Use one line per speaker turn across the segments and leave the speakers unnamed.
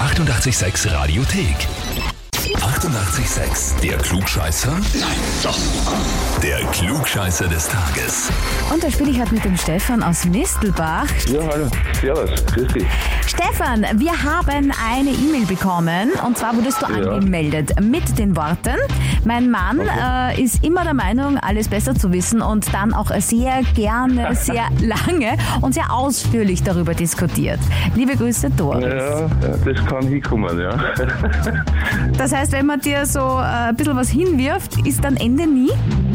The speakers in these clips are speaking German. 886 Radiothek. 88,6. Der Klugscheißer? Nein, doch. Der Klugscheißer des Tages.
Und da spiele ich halt mit dem Stefan aus Mistelbach.
Ja, hallo. Servus. Grüß dich.
Stefan, wir haben eine E-Mail bekommen und zwar wurdest du
Ja.
angemeldet mit den Worten, mein Mann äh, ist immer der Meinung, alles besser zu wissen und dann auch sehr gerne, sehr lange und sehr ausführlich darüber diskutiert. Liebe Grüße, Doris.
Ja, das kann hinkommen, ja.
Das heißt, wenn man dir so äh, ein bisschen was hinwirft, ist dann Ende nie?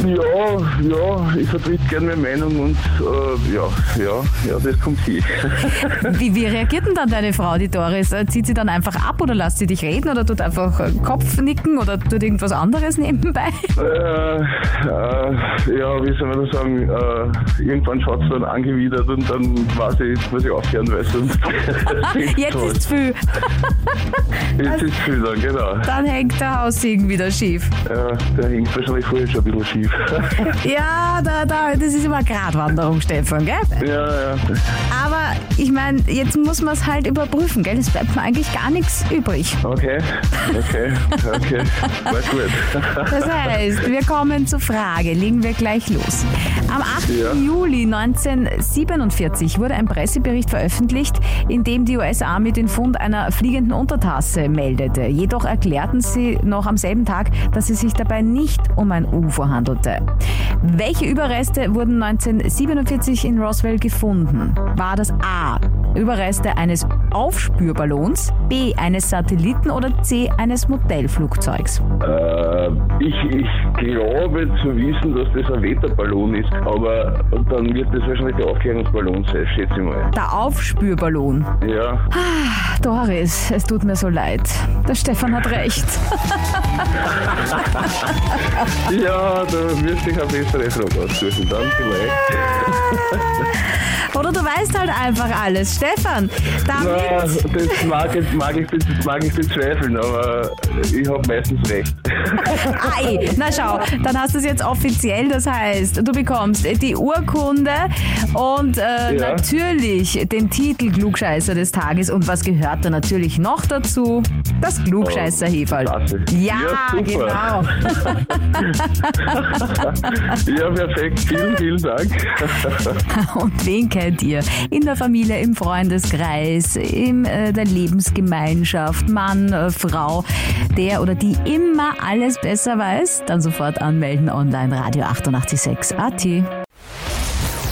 Ja, ja, ich vertrete gerne meine Meinung und äh, ja, ja, ja, das kommt hin.
Wie, wie reagiert denn dann deine Frau, die Doris? Äh, Zieht sie dann einfach ab oder lässt sie dich reden oder tut einfach äh, Kopfnicken oder tut irgendwas anderes nebenbei?
Äh, äh, ja, wie soll man das sagen? Äh, irgendwann schaut es dann angewidert und dann weiß ich, jetzt muss ich aufhören, weil sonst.
Jetzt ist viel.
Jetzt ist viel dann, genau.
Dann hängt der Haussegen wieder schief.
Ja, der hängt wahrscheinlich vorher schon ein bisschen schief.
Ja, da, da, das ist immer eine Gratwanderung, Stefan, gell?
ja, ja.
Aber ich meine, jetzt muss man es halt überprüfen, gell? Es bleibt mir eigentlich gar nichts übrig.
Okay, okay, okay. War gut.
Das heißt, wir kommen zur Frage, legen wir gleich los. Am 8.
Ja.
Juli 1947 wurde ein Pressebericht veröffentlicht, in dem die US-Army den Fund einer fliegenden Untertasse meldete. Jedoch erklärten sie noch am selben Tag, dass es sich dabei nicht um ein UFO handelte. Welche Überreste wurden 1947 in Roswell gefunden? War das A. Überreste eines Aufspürballons, B. eines Satelliten oder C. eines Modellflugzeugs?
Äh, ich, ich glaube zu wissen, dass das ein Wetterballon ist, aber dann wird das wahrscheinlich der Aufklärungsballon sein, schätze ich mal.
Der Aufspürballon.
Ja,
Doris, es tut mir so leid. Der Stefan hat recht.
ja da müsste ich eine bessere Frage aussuchen, dann vielleicht.
Oder du weißt halt einfach alles. Stefan,
Na,
damit,
das mag, ich- mag, ich, das mag ich bezweifeln, aber ich habe meistens recht.
ei, na schau, dann hast du es jetzt offiziell. Das heißt, du bekommst die Urkunde und äh,
Ja.
natürlich den Titel Klugscheißer des Tages. Und was gehört da natürlich noch dazu? Das klugscheißer heferl
Klasse.
Ja,
Oh, Ja,
genau.
super. Ja, perfekt, vielen, vielen Dank.
Und wen kennt ihr? In der Familie, im Freundeskreis, in äh, der Lebensgemeinschaft, Mann, äh, Frau, der oder die immer alles besser weiß? Dann sofort anmelden online Radio 886 AT.
Die